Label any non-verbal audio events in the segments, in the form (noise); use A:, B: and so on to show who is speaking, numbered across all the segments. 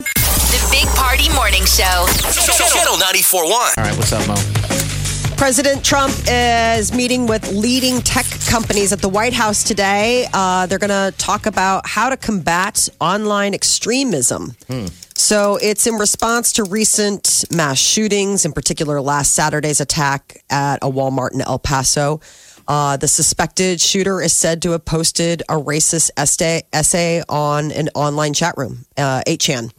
A: The Big Party Morning Show.
B: Channel 941.
C: All right, what's up, Mo?
D: President Trump is meeting with leading tech companies at the White House today. Uh, they're going to talk about how to combat online extremism. So it's in response to recent mass shootings, in particular last Saturday's attack at a Walmart in El Paso. Uh, the suspected shooter is said to have posted a racist essay, essay on an online chat room, uh, 8chan.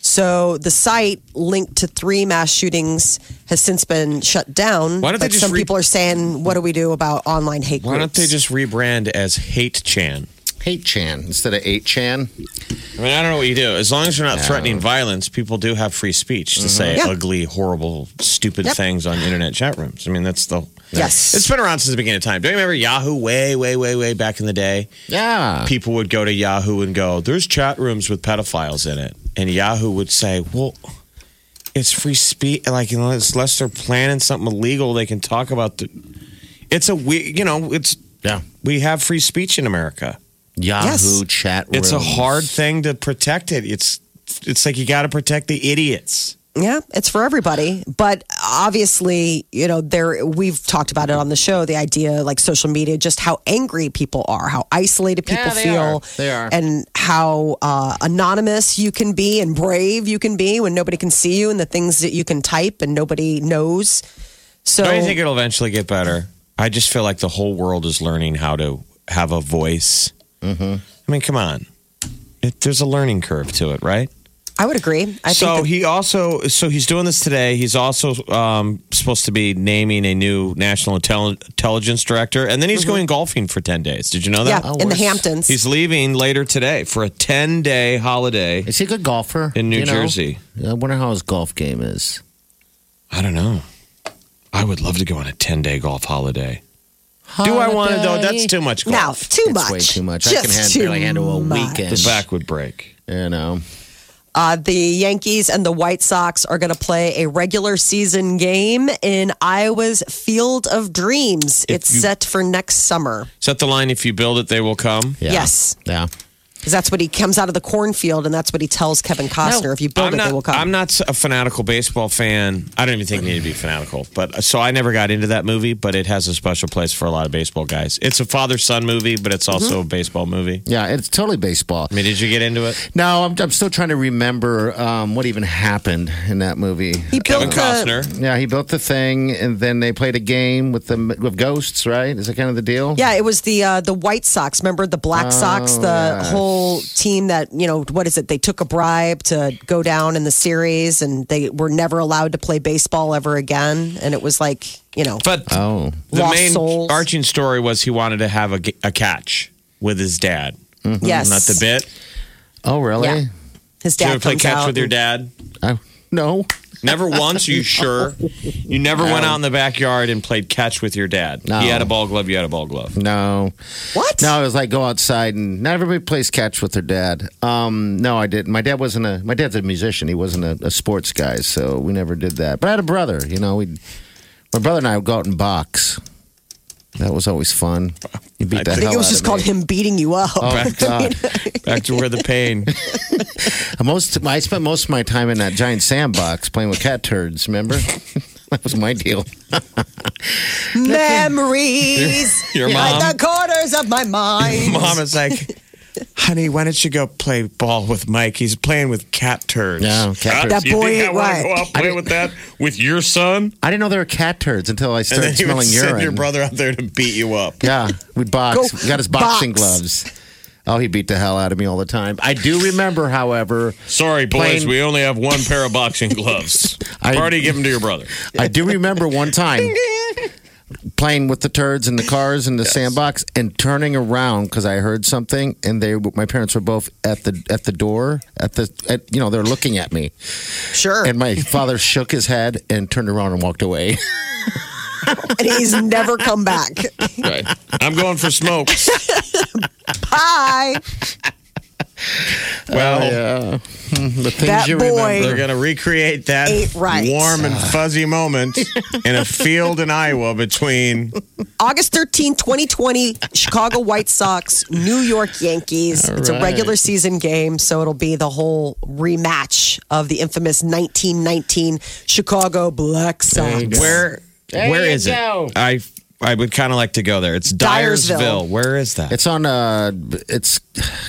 D: So the site linked to three mass shootings has since been shut down.
C: Why don't they
D: but
C: just
D: some
C: re-
D: people are saying, "What do we do about online hate
E: Why don't
D: groups?"
E: they just rebrand as Hate Chan?
C: Hate Chan instead of 8 Chan.
E: I mean, I don't know what you do. As long as you're not threatening violence, people do have free speech to say
D: Mm-hmm. Yeah.
E: ugly, horrible, stupid
D: Yep.
E: things on internet chat rooms. I mean, that's the.
D: Yes.
E: It's been around since the beginning of time. Don't you remember Yahoo way, way, way, way back in the day?
C: Yeah.
D: Uh.
E: People would go to Yahoo and go, there's chat rooms with pedophiles in it. And Yahoo would say, well, it's free speech. Like, unless, unless they're planning something illegal, they can talk about the. It's a we, you know, it's.
C: Yeah.
E: We have free speech in America.
C: Yahoo chat room.
E: It's a hard thing to protect it. It's it's like you got to protect the idiots.
D: yeah, it's for everybody. But obviously, you know, there we've talked about it on the show. The idea, like social media, just how angry people are, how isolated people
C: Yeah, they
D: feel,
C: are. They are.
D: and how uh, anonymous you can be and brave you can be when nobody can see you and the things that you can type and nobody knows. So
E: Don't you think it'll eventually get better? I just feel like the whole world is learning how to have a voice.
D: Mm-hmm.
E: I mean, come on. It, there's a learning curve to it, right?
D: I would agree. I
E: so
D: think that-
E: he also so he's doing this today. He's also um, supposed to be naming a new national intelli- intelligence director, and then he's going golfing for ten days. Did you know
D: Mm-hmm. yeah,
C: Oh,
E: that?
D: in the Hamptons.
E: He's leaving later today for a ten day holiday.
C: Is he a good golfer?
E: In New
C: Do you know?
E: Jersey.
C: I wonder how his golf game is.
E: I don't know. I would love to go on a 10 day golf holiday. Do I want to, though? That's too much
D: No,
E: golf.
D: too
C: It's
D: much.
C: way too much. I
D: Just
C: can hand,
D: too
C: barely handle a
D: much.
C: weekend.
E: The back would break.
C: You know.
D: Uh, the Yankees and the White Sox are going to play a regular season game in Iowa's Field of Dreams.
E: If
D: it's
E: you-
D: set for next summer.
E: Set the line if you build it, they will come.
C: Yeah.
D: Yes.
C: Yeah.
D: 'Cause that's what he comes out of the cornfield, and that's what he tells Kevin Costner. if you build
E: I'm
D: it,
E: not,
D: they will come.
E: I'm not a fanatical baseball fan. I don't even think you need to be fanatical. But uh, so I never got into that movie, but it has a special place for a lot of baseball guys. It's a father son movie, but it's also
D: Mm-hmm.
E: a baseball movie.
C: Yeah. It's totally baseball.
E: I mean, did you get into it?
C: No, I'm, I'm still trying to remember um, what even happened in that movie.
D: He
E: Kevin
D: built the-
E: Costner.
C: Yeah, he built the thing, and then they played a game with the with ghosts, right? Is that kind of the deal?
D: Yeah, it was the uh, the White Sox. Remember the Black Sox, the whole team that you know what is it? They took a bribe to go down in the series, and they were never allowed to play baseball ever again. And it was like you know,
E: But
C: Oh,
E: the
D: Lost
E: main
D: Souls.
E: arching story was he wanted to have a, g- a catch with his dad.
D: yes,
E: Not the bit.
C: oh, really?
D: Yeah. His
E: Did you
D: dad
E: ever play
D: comes
E: catch
D: out
E: with your
D: and-
E: dad?
C: I, no.
E: Never once,
C: (laughs)
E: are you sure? You never went out in the backyard and played catch with your dad.
C: No.
E: He had a ball glove, you had a ball glove.
C: No.
D: What?
C: No, it was like go outside and not everybody plays catch with their dad. Um, no, I didn't. My dad wasn't a my dad's a musician. He wasn't a, a sports guy, so we never did that. But I had a brother, you know, we my brother and I would go out and box. That was always fun. You beat the
E: I
D: I think it was just called him beating you up.
C: Oh,
E: Back,
C: God.
E: back to where the
C: (laughs)
E: pain.
C: Most I spent most of my time in that giant sandbox playing with cat turds, remember? (laughs) that was my deal.
D: (laughs)
C: (laughs)
D: Memories
E: Your
D: at
E: mom,
D: the corners of my mind.
E: mom is like, honey, why don't you go play ball with Mike? He's playing with cat turds.
C: Yeah,
E: Uh,
C: cat turds. That
E: you
D: boy
E: think I
D: ain't
E: wanna
D: right.
E: go out play with
C: (laughs)
E: that with your son?
C: I didn't know there were cat turds until I
E: And then
C: started
E: you would
C: smelling
E: send
C: urine.
E: your brother out there to beat you up.
C: Yeah, we boxed.
D: Go
C: we got his boxing
D: box.
C: gloves. Oh, he beat the hell out of me all the time. I do remember, however,
E: Sorry, boys,
C: Plain-
E: we only have one pair of boxing gloves.
C: (laughs) I-
E: Already give them to your brother.
C: I do remember one time playing with the turds in the cars in the sandbox and turning around because I heard something, and they my parents were both at the at the door at the at, you know they're looking at me,
D: Sure.
C: and
D: And, (laughs)
C: my father shook his head and turned around and walked away. (laughs)
D: he's never come back.
E: Right. I'm going for
C: (laughs)
E: smokes.
D: Hi.
E: Well,
C: yeah, the things
D: That
C: you
D: boy-
C: remember.
E: they're going to recreate that
D: Ain't right.
E: warm and fuzzy moment in a field in Iowa between
D: August 13, 2020, Chicago White Sox, New York Yankees. it's a
C: right.
D: regular season game, so it'll be the whole rematch of the infamous 1919 Chicago Black Sox.
E: where where
C: you
E: is it?
C: go.
E: I I would kind of like to go there. It's Dyersville.
D: Dyersville.
E: Where is that?
C: It's on. Uh, it's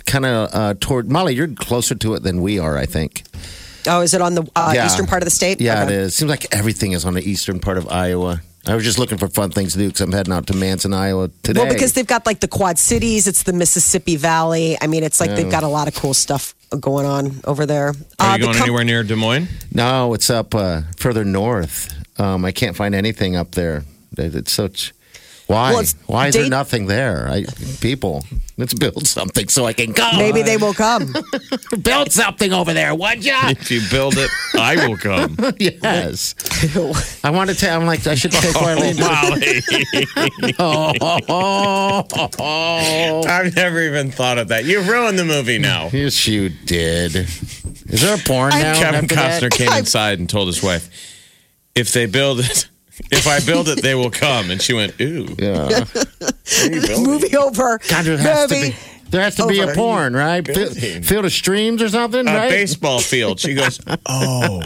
C: kind of uh, toward Molly. You're closer to it than we are, I think.
D: Oh, is it on the uh,
C: Yeah.
D: eastern part of the state?
C: Yeah,
D: Okay.
C: it is. Seems like everything is on the eastern part of Iowa. I was just looking for fun things to do because I'm heading out to Manson, Iowa today.
D: Well, because they've got like the Quad Cities, it's the Mississippi Valley. I mean, it's like they've got a lot of cool stuff going on over there.
E: Are
D: Uh,
E: you
D: the
E: going
D: com-
E: anywhere near Des Moines?
C: no, it's up uh, further north. Um, I can't find anything up there. It- It's such. Why?
D: Well, it's
C: Why is
D: day-
C: there nothing there? I, people, let's build (laughs) something so I can go.
D: Maybe they will
E: (laughs)
D: come.
C: build something over there, would
D: (laughs)
C: ya? (laughs)
E: If you build it, I will come.
C: yes. I want to. Ta- I'm like,
D: (laughs)
C: I should take Marlene. to-
E: Molly.
C: Oh, oh, oh.
E: I've never even thought of that. You ruined the movie now.
C: Yes, you did. Is there a porn now?
E: Kevin
C: after
E: Costner
C: that?
E: came inside and told his wife, "If they build it, (laughs) if I build it, they will come." And she went, "Ooh,
D: (laughs)
C: Yeah.
D: Movie over.
C: God, there has
D: Movie.
C: to be. There has to be a
E: Over.
C: porn, right?
E: Building.
C: Fi- Field of streams or something,
E: a
C: right?
E: baseball field." She goes, "Oh,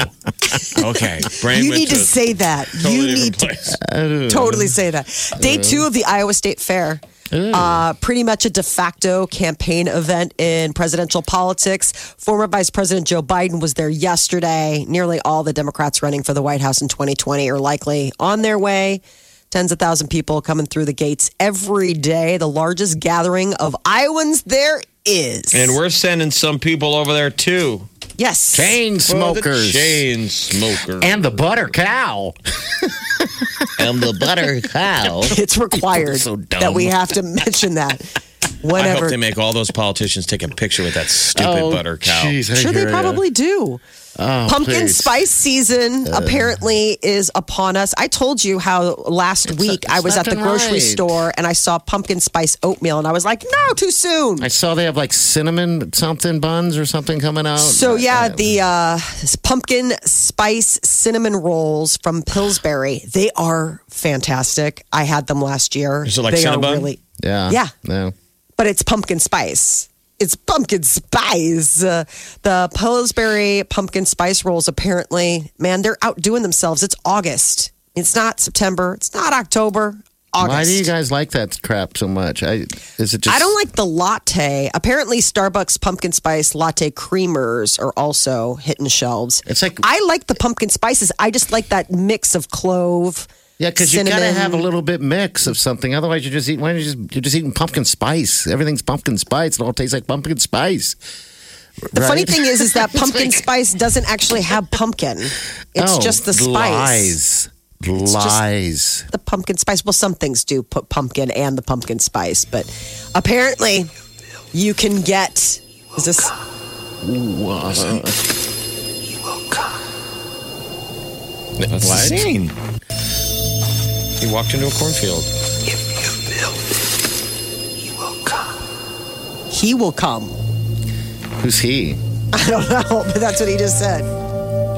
E: okay." Brain
D: You
E: went
D: need to say that.
E: totally
D: you
E: different
D: need to
E: place.
D: totally say
E: Mm-hmm.
D: that. Day two of the Iowa State Fair. Uh, pretty much a de facto campaign event in presidential politics. Former Vice President Joe Biden was there yesterday. Nearly all the Democrats running for the White House in 2020 are likely on their way. Tens of thousand people coming through the gates every day. The largest gathering of Iowans there is.
E: and we're sending some people over there too.
D: yes,
C: Chain smokers.
E: Oh, chain smoker,
C: and the butter cow.
E: and the butter
C: (laughs)
E: cow.
C: Oh,
D: it's
E: (laughs)
D: required
C: So dumb.
D: that we have to mention that
E: I
D: whenever
E: hope they make all those politicians take a picture with that stupid butter cow.
C: Oh, Jeez, I
D: Sure, they
C: hear ya. Oh,
D: probably do. Pumpkin
C: please.
D: spice season apparently is upon us. I told you how last week
C: not-
D: I was
C: it's
D: at the
C: nothing
D: grocery
C: right.
D: store and I saw pumpkin spice oatmeal and I was like, no, too soon.
C: I saw they have like cinnamon something buns or something coming out.
D: So yeah, the uh, pumpkin spice cinnamon rolls from Pillsbury. They are fantastic. I had them last year.
E: Is it like
D: they are
E: Cinnabon?
D: really
C: yeah,
D: Yeah.
C: no.
D: but it's pumpkin spice. It's pumpkin spice. Uh, the Pillsbury pumpkin spice rolls, apparently, man, they're outdoing themselves. It's August. It's not September. It's not October. August.
C: Why do you guys like that crap so much? I is it just?
D: I don't like the latte. Apparently, Starbucks pumpkin spice latte creamers are also hitting shelves.
C: It's like-
D: I like the pumpkin spices. I just like that mix of clove.
C: Yeah, because you gotta
D: cinnamon.
C: have a little bit mix of something. Otherwise, you're just eating. Why don't you just you're just eating pumpkin spice? Everything's pumpkin spice. It all tastes like pumpkin spice.
D: The funny thing is,
C: (laughs)
D: is that pumpkin spice doesn't actually have pumpkin. It's just the spice.
C: Oh, Lies. Lies.
D: the pumpkin spice. Well, some things do put pumpkin and the pumpkin spice, but apparently you can get. Is this? Uh-huh.
E: That's insane. He walked into a cornfield.
D: He will come. (laughs)
C: Who's he?
D: I don't know, but that's what he just said.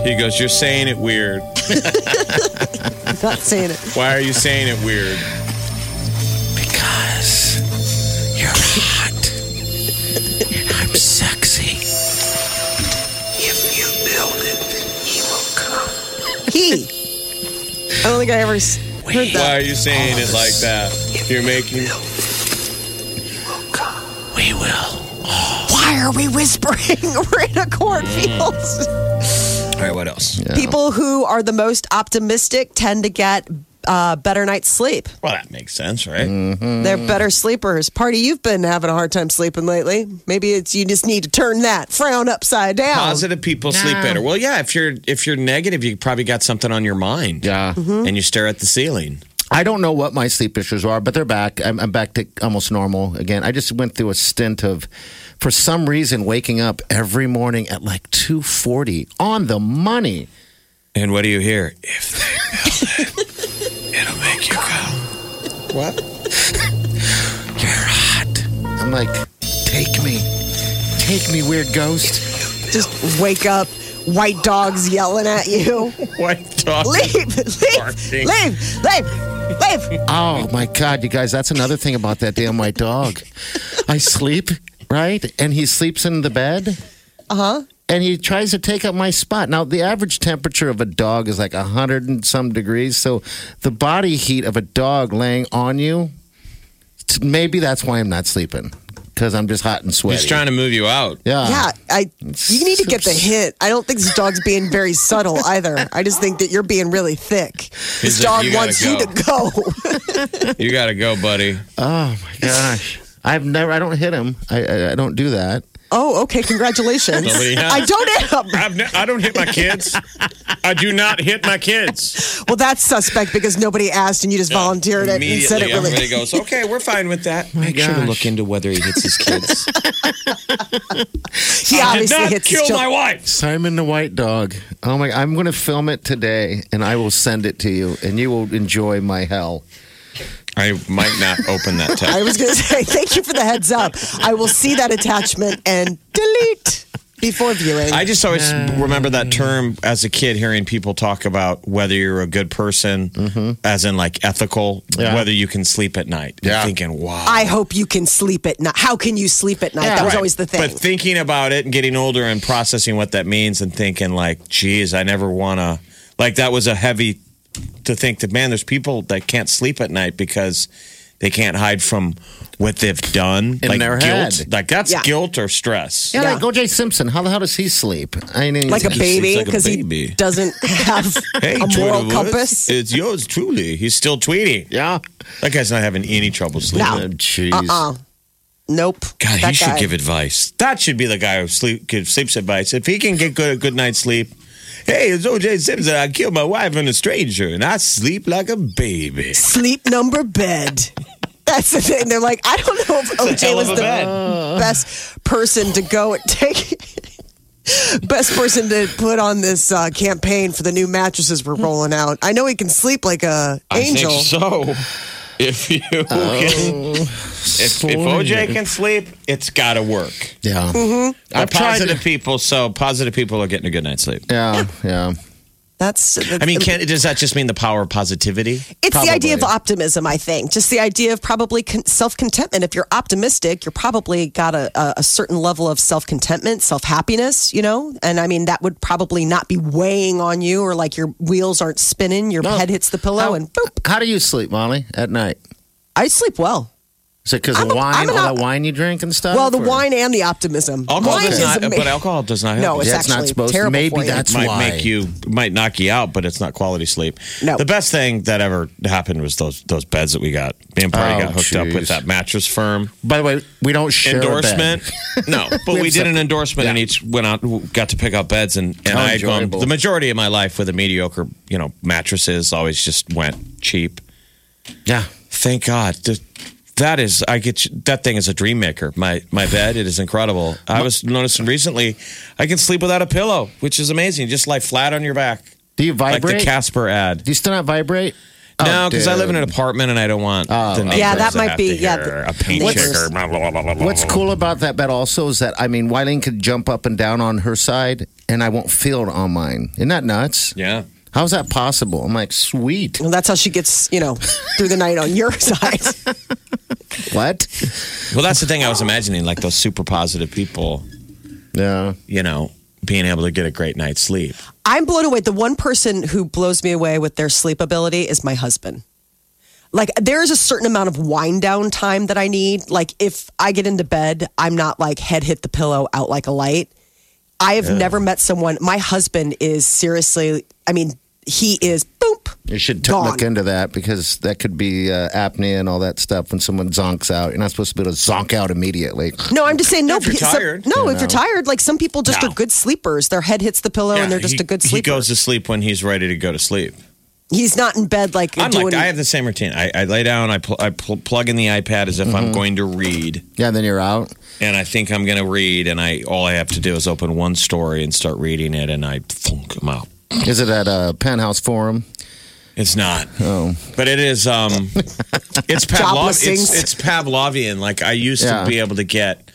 E: He goes, You're saying it weird.
D: I'm not saying it.
E: Why are you saying it weird?
C: Because you're hot. and I'm sexy.
F: If you build it, he will come.
D: He. I don't think I ever s- heard
E: Why
D: that.
E: are you saying it like that? You're making.
C: We will.
D: Why are we whispering? (laughs) We're in a cornfield. (laughs)
E: All right, what else?
D: People who are the most optimistic tend to get uh, better night's sleep.
E: Well, that makes sense, right?
D: They're better sleepers. Party, you've been having a hard time sleeping lately. Maybe it's you just need to turn that frown upside down.
E: Positive people sleep better. Well, yeah. If you're if you're negative, you probably got something on your mind,
C: Yeah.
E: and you stare at the ceiling.
C: I don't know what my sleep issues are, but they're back. I'm, I'm back to almost normal again. I just went through a stint of, for some reason, waking up every morning at like two forty on the money.
E: And what do you hear? If they build it, it'll make you go. What?
C: You're hot. I'm like, take me, take me, weird ghost.
D: Just wake up, white dogs yelling at you.
E: (laughs) White dog.
D: leave, leave,
E: Barking.
D: leave, leave, leave.
C: Oh my god, you guys, that's another thing about that damn white dog. I sleep right, and he sleeps in the bed.
D: Uh huh.
C: and he tries to take up my spot. Now, the average temperature of a dog is like 100 and some degrees. So the body heat of a dog laying on you, t- maybe that's why I'm not sleeping because I'm just hot and sweaty.
E: He's trying to move you out.
C: yeah.
D: Yeah, I. You need to get the hint. I don't think this dog's being very subtle either. I just think that you're being really thick. This
E: He's like,
D: dog
E: "You gotta
D: wants you to go.
E: You gotta go, buddy.
C: Oh, my gosh. I've never, I don't hit him. I, I, I don't do that.
D: oh, okay. Congratulations.
E: Nobody has.
D: I don't am.
E: I've ne- I don't hit my kids. I do not hit my kids.
D: Well, that's suspect because nobody asked and you just volunteered it and said it
E: Immediately, everybody
D: really.
E: goes, okay, we're fine with that.
C: Make sure to look
E: into whether he hits his kids.
D: (laughs) He
E: I did
D: obviously
E: not
D: hits his
E: kill my
D: children.
E: wife.
C: Simon the White Dog. Oh, my. I'm going to film it today and I will send it to you and you will enjoy my hell.
E: I might not open
D: (laughs)
E: that
D: I
E: text.
D: was going to say, thank you for the heads up. I will see that attachment and delete before viewing.
E: I just always remember that term as a kid, hearing people talk about whether you're a good person, as in like ethical,
C: Mm-hmm. Yeah.
E: whether you can sleep at night. You're
C: Yeah.
E: thinking, wow.
D: I hope you can sleep at night. How can you sleep at night? that was
E: Right.
D: always the thing.
E: But thinking about it and getting older and processing what that means and thinking like, geez, I never want to. Like that was a heavy to think that man, there's people that can't sleep at night because they can't hide from what they've done
C: In
E: like
C: their
E: guilt.
C: head.
E: Like that's
D: Yeah.
E: guilt or stress.
C: Yeah,
D: Yeah.
C: like OJ Simpson. How the hell does he sleep? I mean,
D: like a
E: He
D: baby
E: sleeps like a
D: because he
E: baby.
D: doesn't have
E: Hey,
D: a moral
E: Tweety Woods,
D: compass.
E: It's yours truly. He's still tweeting.
C: Yeah.
E: That guy's not having any trouble sleeping.
D: No.
C: Oh, jeez.
D: Uh-uh. Nope.
E: God,
D: That
E: he should
D: guy.
E: give advice. That should be the guy who sleep, gives sleeps advice. If he can get good a good night's sleep, hey, it's OJ Simpson. I killed my wife and a stranger, and I sleep like a baby.
D: sleep number bed. That's the thing. They're like, I don't know if OJ
E: hell
D: was
E: of a
D: the best person to go and take. (laughs) Best person to put on this uh, campaign for the new mattresses we're rolling out. I know he can sleep like a angel.
E: Hmm. so. (laughs) If you Oh, can, if, if OJ can sleep, it's got to work.
C: Yeah.
E: I've
C: I've tried
E: positive people, so positive people are getting a good night's sleep.
C: Yeah, yeah.
D: That's.
E: I mean, can, does that just mean the power of positivity?
D: It's the idea of
C: Probably.
D: optimism, I think. Just the idea of probably con- self contentment. If you're optimistic, you're probably got a, a, a certain level of self contentment, self happiness, you know? And I mean, that would probably not be weighing on you or like your wheels aren't spinning, your head hits the pillow,
C: How-
D: and boop.
C: How do you sleep, Molly, at night?
D: I sleep well.
C: Is it because
D: I'm
C: of
D: a- I'm an
C: wine, all
D: op-
C: that wine you drink and stuff?
D: Well, the
C: or-
D: wine and the optimism.
E: Alcohol
D: Wine
E: does
D: is
E: not,
D: ama-
E: but alcohol does not help.
D: No, it's
C: Yeah, it's not
D: actually
C: supposed to.
D: terrible.
C: Maybe
D: for you.
C: that's-
E: might
C: why.
E: make you might knock you out, but it's not quality sleep.
D: No.
E: The best thing that ever happened was those those beds that we got. Me and Party
C: Oh,
E: got hooked up with
C: jeez.
E: that mattress firm
C: By the way, we don't share a bed.
E: endorsement.
C: (laughs)
E: No, but we,
C: We have
E: did an
C: separate-
E: endorsement and
C: Yeah.
E: each went out got to pick out beds and, and
C: How
E: I had gone
C: enjoyable.
E: the majority of my life with a mediocre, you know, mattresses always just went cheap.
C: Yeah,
E: Thank God. Th- That is, I get you, that thing is a dream maker. My my bed, it is incredible. I was noticing recently, I can sleep without a pillow, which is amazing. Just lie flat on your back,
C: do you
E: like
C: vibrate?
E: the Casper ad.
C: do you still not vibrate? Oh,
E: no, because I live in an
C: dude. Oh,
E: apartment and I don't want. the neighbors
D: Yeah, that might
E: have
D: be-
E: to
D: yeah,
E: hear
D: the
E: a paint
D: neighbors.
E: chicker. Blah, blah, blah, blah, blah,
C: What's
E: blah.
C: cool about that bed also is that I mean, Wileen could jump up and down on her side, and I won't feel it on mine. Isn't that nuts?
E: Yeah,
C: How's that possible? I'm like,
D: (laughs)
C: sweet.
D: Well, that's how she gets, you know, through the night on your (laughs) side. (laughs)
C: What?
E: well, that's the thing I was imagining, like those super positive people,
C: Yeah.
E: you know, being able to get a great night's sleep.
D: I'm blown away. The one person who blows me away with their sleep ability is my husband. Like there is a certain amount of wind down time that I need. Like if I get into bed, I'm not like head hit the pillow out like a light. I have never met someone. My husband is seriously. I mean, he is boop.
C: You should t-
D: Gone.
C: look into that because that could be uh, apnea and all that stuff when someone zonks out. You're not supposed to be able to zonk out immediately.
D: No, I'm just saying. No,
E: If you're
D: pe- some-
E: tired,
D: no,
C: you
D: if you're
C: know.
D: tired, like some people just
E: No.
D: are good sleepers. Their head hits the pillow Oh, and they're just
E: he,
D: a good
E: He
D: sleeper.
E: goes to sleep when he's ready to go to sleep.
D: He's not in bed like
E: I'm
D: doing.
E: like, I have the same routine. I, I lay down, I, pl- I pl- plug in the iPad as if
D: Mm-hmm.
E: I'm going to read,
C: Yeah, then you're out.
E: and I think I'm going to read, and I all I have to do is open one story and start reading it, and I thunk, I'm out.
C: Is it at uh, Penthouse Forum?
E: It's not,
C: Oh,
E: but it is.
C: (laughs)
E: Um, it's
D: Job
E: Pavlov.
D: listings.
E: It's, it's Pavlovian. Like I used
C: Yeah.
E: to be able to get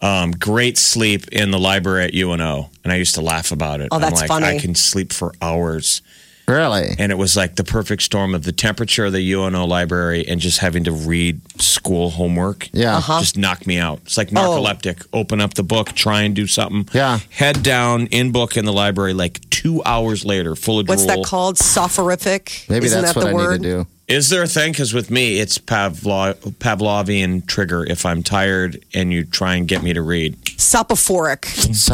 E: um, great sleep in the library at UNO, and I used to laugh about it.
D: Oh,
E: I'm
D: that's
E: like,
D: funny.
E: I can sleep for hours.
C: really?
E: and it was like the perfect storm of the temperature of the UNO library and just having to read school homework.
C: Yeah. Uh-huh.
E: just knocked me out. It's like narcoleptic.
D: Oh.
E: Open up the book, try and do something.
C: Yeah.
E: head down in book in the library. Like two hours later, full of
D: what's
E: drool.
D: that called? Soporific.
C: Maybe
D: Isn't
C: that's
D: that the
C: what I
D: word?
C: need to do.
E: Is there a thing? Because with me, it's Pavlo- Pavlovian trigger. If I'm tired and you try and get me to read,
D: Soporific.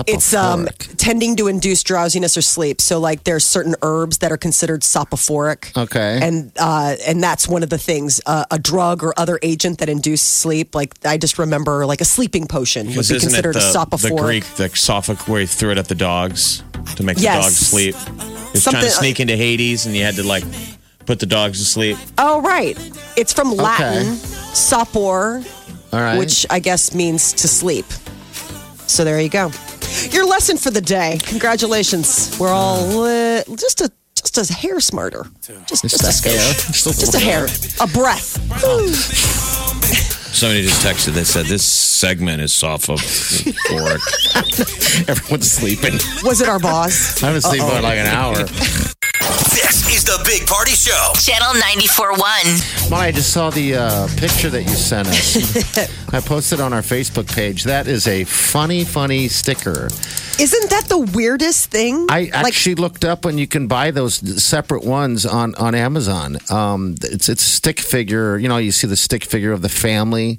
D: It's um
C: Soporific.
D: tending to induce drowsiness or sleep. So like there's certain herbs that are considered soporific.
C: Okay.
D: And uh, and that's one of the things uh, a drug or other agent that induce sleep. Like I just remember, like a sleeping potion would
E: because
D: be
E: isn't it
D: considered
E: the,
D: a
E: the
D: soporific.
E: Greek, the Sophic way threw it at the dogs to make
D: Yes.
E: the dogs sleep? It's trying
D: Something-
E: to
D: uh,
E: sneak into Hades, and you had to like put the dogs to sleep.
D: Oh right, it's from Latin sopor,
C: All right.
D: which I guess means to sleep. So there you go. Your lesson for the day. Congratulations. We're all li- just a just a hair smarter. Just, just a skosh. Just a
C: (laughs)
D: hair, a breath.
E: Somebody just texted. They said this segment is
D: (laughs)
E: sophic.
C: (laughs) Everyone's sleeping.
D: Was it our boss?
C: I've been sleeping for like an hour.
B: This is the Big Party Show.
A: Channel 94.1.
C: Molly, I just saw the uh, picture that you sent
D: (laughs)
C: us. I posted on our Facebook page. That is a funny, funny sticker.
D: Isn't that the weirdest thing?
C: I
D: like
C: actually looked up when you can buy those separate ones on on Amazon. Um, it's it's a stick figure. You know, you see the stick figure of the family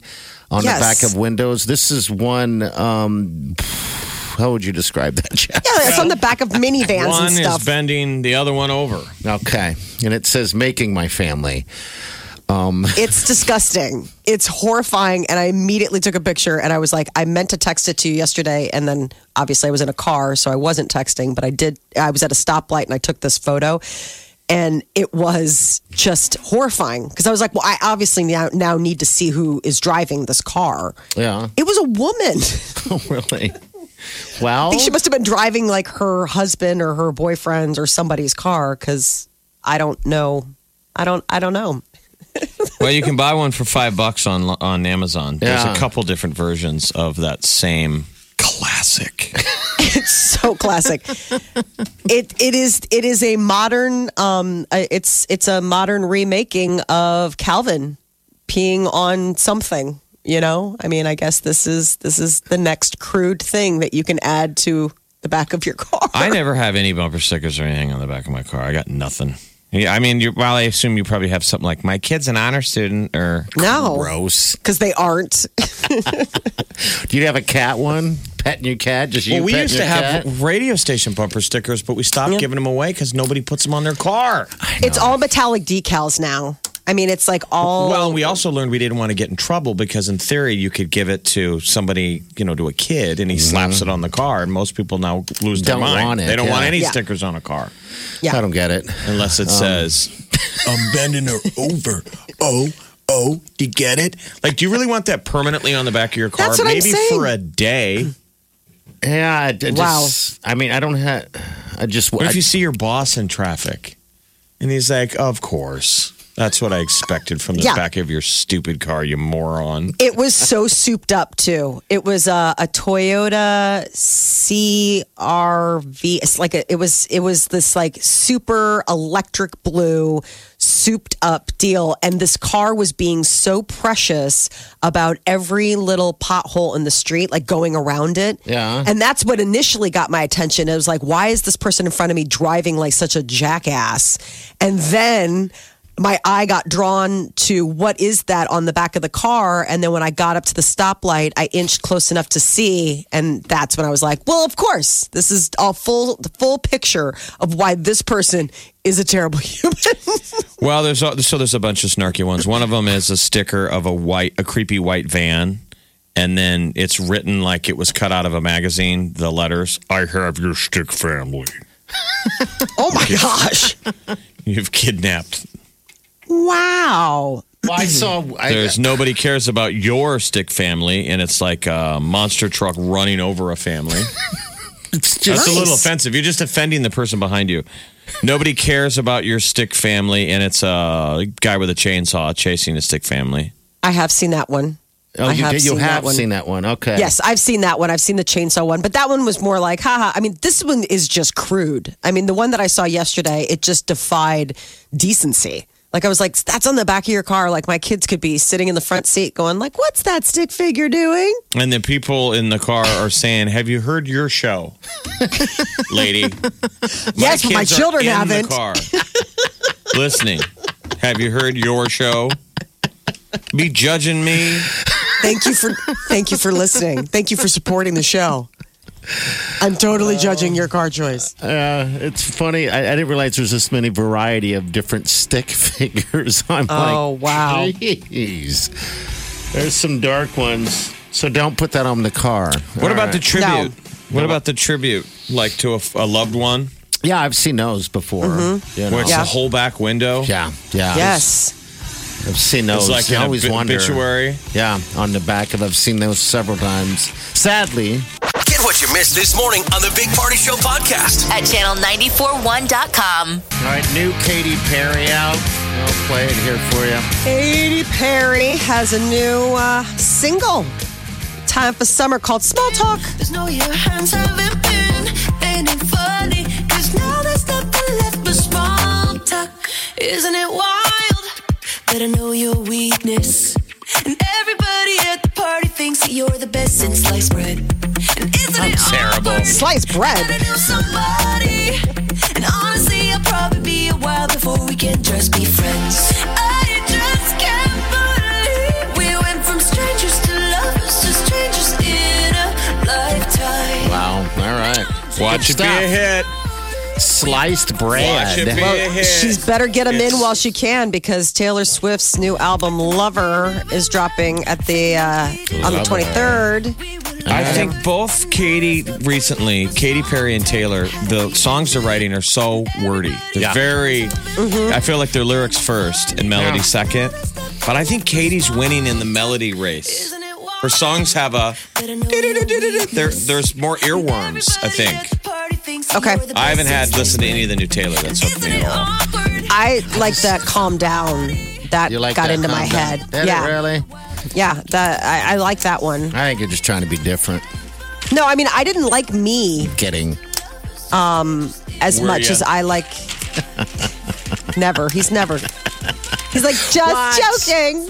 C: on
D: Yes.
C: the back of windows. This is one. Um, how would you describe that, Jeff?
D: yeah, it's on the back of minivans
E: One
D: and stuff.
E: is bending the other one over.
C: Okay, and it says "making my family."
D: It's disgusting. It's horrifying. And I immediately took a picture and I was like, I meant to text it to you yesterday. And then obviously I was in a car, so I wasn't texting, but I did, I was at a stoplight and I took this photo. And it was just horrifying because I was like, well, I obviously now, now need to see who is driving this car.
C: Yeah. (laughs)
D: It was a woman. (laughs)
C: Oh, really? Well,
D: I think she must have been driving like her husband or her boyfriend's or somebody's car because I don't know. I don't, I don't know.
E: Well, you can buy one for five bucks on on Amazon. There's
C: Yeah.
E: a couple different versions of that same classic.
D: so classic. it it is it is a modern um uh, it's it's a modern remaking of Calvin peeing on something, you know? I mean, I guess this is this is the next crude thing that you can add to the back of your car.
E: I never have any bumper stickers or anything on the back of my car. I got nothing. Yeah, I mean, you, while I assume you probably have something like "My kid's an honor student" or
D: no.
C: gross.
D: Because they aren't.
C: Do you have a cat one? Petting your cat? Just you
E: Well, we
C: petting
E: used to
C: your
E: have
C: cat?
E: radio station bumper stickers, but we stopped giving them away because nobody puts them on their car.
D: It's all metallic decals now. I mean, it's like all.
E: Well, we also learned we didn't want to get in trouble because, in theory, you could give it to somebody, you know, to a kid, and he slaps it on the car, and most people now lose their
C: Don't
E: mind.
C: want it,
E: they don't want
C: yeah.
E: any
D: Yeah.
E: stickers on a car
D: yeah.
C: I don't get it.
E: unless it says
F: I'm bending her over. Oh, oh, you get it?
E: Like, do you really want that permanently on the back of your car?
D: That's what I'm
E: Maybe
D: saying.
E: for a day.
C: Yeah. I d-
D: Wow.
C: just- I mean, I don't have. I just.
E: What
C: I,
E: if you see your boss in traffic and he's like, Of course. That's what I expected from the
D: Yeah.
E: back of your stupid car, you moron.
D: It was so souped up too. It was a, a Toyota CRV. It's like a, it was it was this like super electric blue souped up deal and this car was being so precious about every little pothole in the street like going around it.
C: Yeah.
D: And that's what initially got my attention. It was like why is this person in front of me driving like such a jackass? And then my eye got drawn to what is that on the back of the car and then when i got up to the stoplight i inched close enough to see and that's when i was like well of course this is a full the full picture of why this person is a terrible (laughs) human
E: Well, there's a, so there's a bunch of snarky ones. One of them is a sticker of a white, a creepy white van, and then it's written like it was cut out of a magazine. The letters, "I have your stick family."
C: (laughs)
D: oh my gosh
E: (laughs) You've kidnapped.
D: Wow.
C: Well, I saw. I,
E: There's nobody cares about your stick family, and it's like a monster truck running over a
D: (laughs)
E: family.
C: it's
E: That's
C: just
E: a little offensive. You're just offending the person behind you. Nobody cares about your stick family, and it's a guy with a chainsaw chasing a stick family.
D: I have seen that one.
C: Oh,
D: I
C: you
D: have
C: did. You
D: seen
C: have
D: that one.
C: seen that one. Okay.
D: Yes, I've seen that one. I've seen the chainsaw one, but that one was more like, haha. I mean, this one is just crude. I mean, the one that I saw yesterday, it just defied decency. Like I was like, that's on the back of your car. Like my kids could be sitting in the front seat, going like, "What's that stick figure doing?"
E: And the people in the car are saying, "Have you heard your show,
D: (laughs)
E: lady?"
D: yes, but my
E: kids are
D: children
E: in
D: haven't.
E: The car, listening. Have you heard your show? Be judging me.
D: Thank you for (laughs) thank you for listening. Thank you for supporting the show. I'm totally judging your car choice.
C: Uh, it's funny. I, I didn't realize there's this many variety of different stick (laughs) figures. I'm
D: Oh,
C: like,
D: wow.
C: Jeez. There's some dark ones. So don't put that on the car.
E: What about the tribute?
D: No.
E: What about the tribute, like to a, a loved one,
C: Yeah, I've seen those before. You know.
E: where it's
D: Mm-hmm. Yeah.
E: a whole back window?
C: Yeah, yeah.
D: Yes.
C: I've seen those.
E: It's like
C: I
E: an
C: always
E: obi-
C: wonder.
E: obituary.
C: Yeah, on the back of. I've seen those several times. Sadly,
B: Get what you missed this morning on the Big Party Show podcast.
A: at channel941.com.
C: all right. New Katy Perry out. I'll play it here for you.
D: Katy Perry has a new uh, single, Time for Summer, called Small Talk.
G: There's no your hands haven't been ain't funny. Cause now there's nothing left but small talk. Isn't it wild that I know your weakness? And everybody at the party thinks that you're the best in sliced bread. And isn't it
E: terrible.
G: awkward
D: Sliced bread.
G: that I know somebody? And honestly, I'll probably be a while before we can just be friends. I just can't believe we went from strangers to lovers to strangers in a lifetime.
C: Wow. All right.
E: Watch it be
C: Good stuff.
E: a hit.
C: Sliced bread.
E: Watch it be a hit.
D: She's better get them in
E: It's-
D: while she can because Taylor Swift's new album Lover is dropping at the uh, on the 23rd.
E: I think both Katie recently, Katy Perry and Taylor, the songs they're writing are so wordy. They're
C: Yeah.
E: very. I feel like they're lyrics first and melody
C: Yeah.
E: second. But I think Katie's winning in the melody race.
G: Isn't it wild
E: Her songs have a.
G: that I know your
E: There,
G: weakness?
E: there's more earworms. I
G: Everybody
E: think.
G: at the party thinks that
D: Okay.
G: you're the
E: I haven't
G: best
E: had
G: in
E: listened to any of the new Taylor. That's hooked
G: Isn't
E: me
G: it
E: at all.
G: awkward?
D: I like that calm down. That
C: You like
D: got
C: that
D: into my
C: combo?
D: head.
C: Did it
D: yeah,
C: really?
D: yeah. That I, I like that one.
C: I think you're just trying to be different.
D: No, I mean I didn't like me
C: Kidding.
D: as
E: Were
D: much
E: ya?
D: as I like. never. He's never. He's like just joking.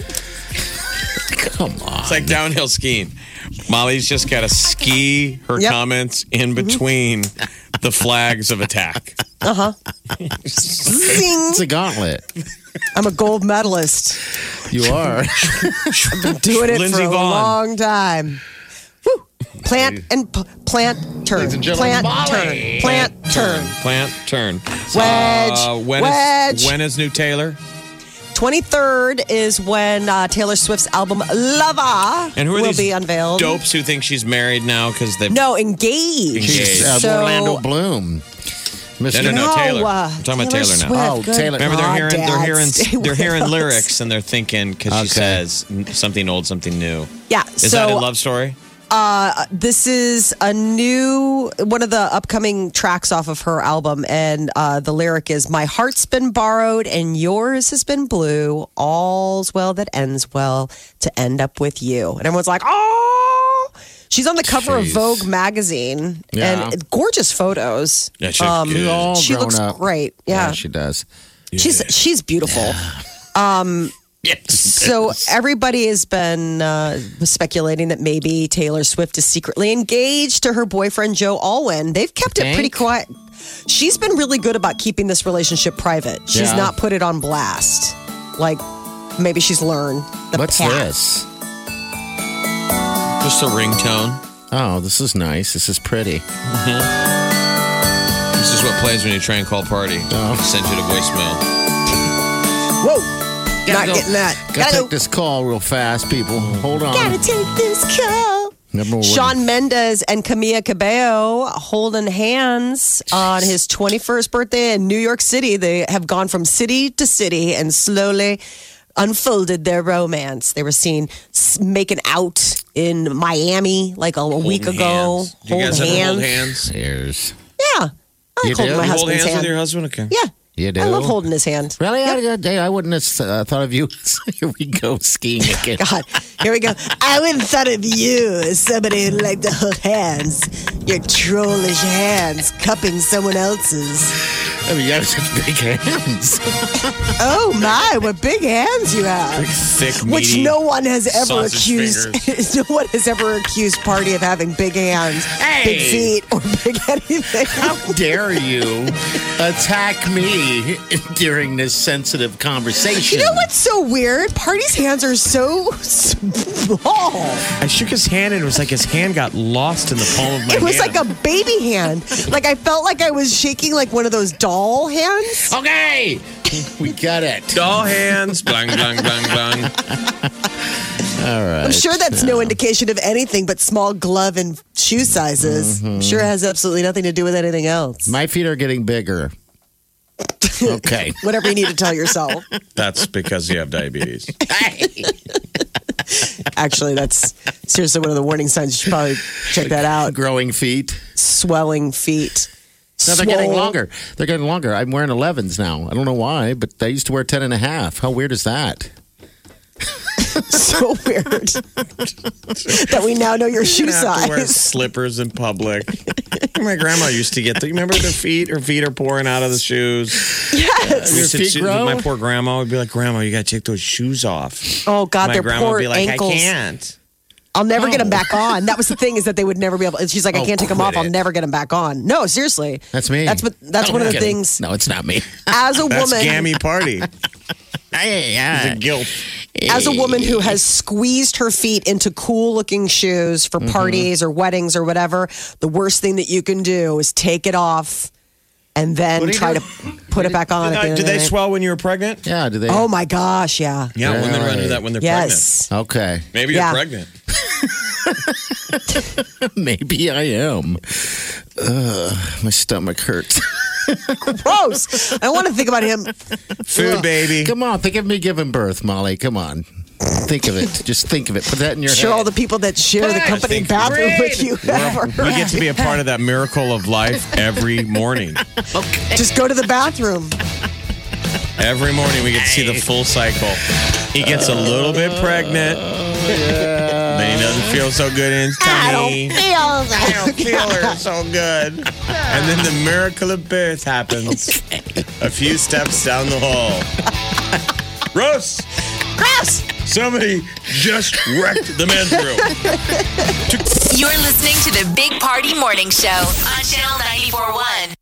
E: It's like downhill skiing. Molly's just got to ski
D: Yep.
E: her
D: Mm-hmm.
E: comments in between
D: (laughs)
E: the flags of attack.
D: Zing.
C: It's a gauntlet.
D: I'm a gold medalist.
E: (laughs)
C: You are.
D: doing it
E: Lindsey
D: for a
E: Vonn.
D: long time. Woo. Plant and p- plant turn.
C: Ladies and gentlemen,
D: plant turn.
C: Molly.
D: Plant turn.
E: Plant, turn. Uh,
D: Wedge.
E: when is-
D: wedge.
E: when is new Taylor?
D: 23rd is when uh, Taylor Swift's album Lava
E: And who are
D: will
E: these
D: be unveiled.
E: dopes who think she's married now because they've.
D: No, engaged.
E: Engaged.
C: She's uh,
D: So-
C: Orlando Bloom. Mr.
E: No, no, no. Taylor.
D: uh,
E: I'm talking about Taylor now.
D: Swift,
C: Oh,
D: good
C: Taylor.
E: Remember they're
D: God,
E: hearing
D: Dad,
E: they're hearing
D: stay
E: they're
D: (laughs) with
E: hearing
D: us.
E: lyrics and they're thinking because she
C: Okay.
E: says n- something old, something new.
D: Yeah.
E: Is
D: so
E: that a love story?
D: this is a new one of the upcoming tracks off of her album and uh, the lyric is my heart's been borrowed and yours has been blue all's well that ends well to end up with you and everyone's like oh she's on the cover
C: Jeez.
D: of vogue magazine
C: Yeah.
D: and gorgeous photos Um,
E: Yeah, she's good.
C: All
D: she
C: grown
D: looks
C: up.
D: great yeah,
C: she does.
D: she's she's beautiful
C: Yes.
D: so everybody has been uh, speculating that maybe Taylor Swift is secretly engaged to her boyfriend Joe Alwyn. They've kept it pretty
C: Think?
D: quiet. She's been really good about keeping this relationship private. She's
C: Yeah.
D: not put it on blast. Like maybe she's learned the
C: What's
D: path.
C: this?
E: Just a ringtone.
C: Oh, this is nice. This is pretty.
E: This is what plays when you try and call party. Send you to voicemail.
D: Whoa, not
C: go-
D: getting that.
C: Gotta
D: Gotta Mm.
C: take this call real fast, people. Hold on.
D: Gotta take this call.
C: Remember
E: Oh,
C: when-
D: Sean Mendes and Camila Cabello holding hands on his 21st birthday in New York City. They have gone from city to city and slowly unfolded their romance. They were seen s- making out in Miami like a, a week
E: Holding
D: ago.
E: hands. Do you guys ever hold hands?
C: Cheers.
D: Yeah. I
C: You
D: like holding
C: do?
D: my
C: You
E: Hold
D: husband's
E: hands
D: hand.
E: with your husband? Okay.
D: yeah.
C: You do?
D: I love holding his hand.
C: Really? I, I, I wouldn't have uh, thought of you. (laughs) Here we go
D: (laughs)
C: skiing again.
D: God, here we go. I would have thought of you as somebody who liked to hold hands. Your trollish hands cupping someone else's.
C: I mean, you have such big hands.
D: (laughs) Oh my, what big hands you have.
E: Thick,
D: Which
E: meaty-
D: no one has ever
E: sausage
D: accused. (laughs) no one has ever accused Party of having big hands, big
C: Hey!
D: feet, or big (laughs) anything.
C: How dare you attack me (laughs) during this sensitive conversation?
D: You know what's so weird? Party's hands are so small.
E: I shook his hand and it was like his hand got lost in the palm of my
D: It was
E: hand.
D: like a baby hand. Like I felt like I was shaking like one of those doll hands.
C: Okay, we got it.
E: doll hands. Blang, blang, blang,
D: (laughs)
E: blang.
D: I'm sure that's no indication of anything but small glove and shoe
C: Mm-hmm.
D: sizes. I'm sure it has absolutely nothing to do with anything else.
C: My feet are getting
D: (laughs)
C: bigger. Okay.
D: Whatever you need to tell
C: (laughs)
D: yourself.
E: That's because you have diabetes.
C: Hey.
D: Actually, that's seriously one of the warning signs. You should probably check that out.
C: Growing feet.
D: Swelling feet.
C: No, they're getting
D: Swole.
C: longer. They're getting longer. I'm wearing 11s now. I don't know why, but I used to wear 10 and a half. How weird is that?
D: (laughs) So
C: (laughs)
D: weird that we now know your shoe
E: You have to wear
D: size. (laughs)
E: slippers in public. My grandma used to get. The, you remember their feet? Her feet are pouring out of the shoes.
D: Yes.
E: Used to-
C: feet
E: she-
C: grow?
E: My poor grandma would be like, "Grandma, you got to take those shoes off."
D: Oh God,
E: my
D: their
E: grandma
D: poor
E: would be like,
D: ankles.
E: "I can't."
D: I'll never get them back on. That was the thing is that they would never be able. and She's like, I
C: Oh,
D: can't take them off.
C: quit
D: I'll
C: it.
D: never get them back on. No, seriously.
C: That's me.
D: That's what. That's
C: No,
D: one of
C: I'm
D: the
C: kidding.
D: things.
C: No, it's not me. (laughs)
D: As a
E: That's
D: woman,
E: gammy (laughs) party.
C: Hey,
E: The
C: yeah.
E: guilt.
D: as a woman who has squeezed her feet into cool-looking shoes for parties or weddings or whatever, the worst thing that you can do is take it off and then
C: What do you
D: try
C: do?
D: to put it back on. at the
E: Uh, Did
D: end of the
E: they
D: night.
E: swell when you were pregnant?
C: Yeah, do they?
D: Oh my gosh! Yeah.
E: Yeah, women run
C: Really?
E: into that when they're
D: Yes.
C: Okay. (laughs)
E: pregnant. Maybe
D: Yeah.
E: you're pregnant.
C: Maybe I am. Ugh, my stomach hurts.
D: (laughs) Gross. I don't want to think about
E: (laughs)
D: him.
E: Food baby.
C: (laughs) Come on, think of me giving birth, Molly. Come on. Think of it. Just think of it. Put that in your
D: Sure, all
C: head.
D: the people that share the
E: I
D: company
E: think
D: bathroom with you ever.
E: We get to be a part of that miracle of life (laughs) every morning.
D: Just go to the bathroom.
E: Every morning we get to see the full cycle. He gets a little bit pregnant. Then he doesn't feel so good in his tummy. I don't feel her so good. And then the miracle of birth (laughs) happens a few steps down the hall. Gross!
D: Gross.
E: Somebody just wrecked the men's room.
A: You're listening to the Big Party Morning Show on Channel 941.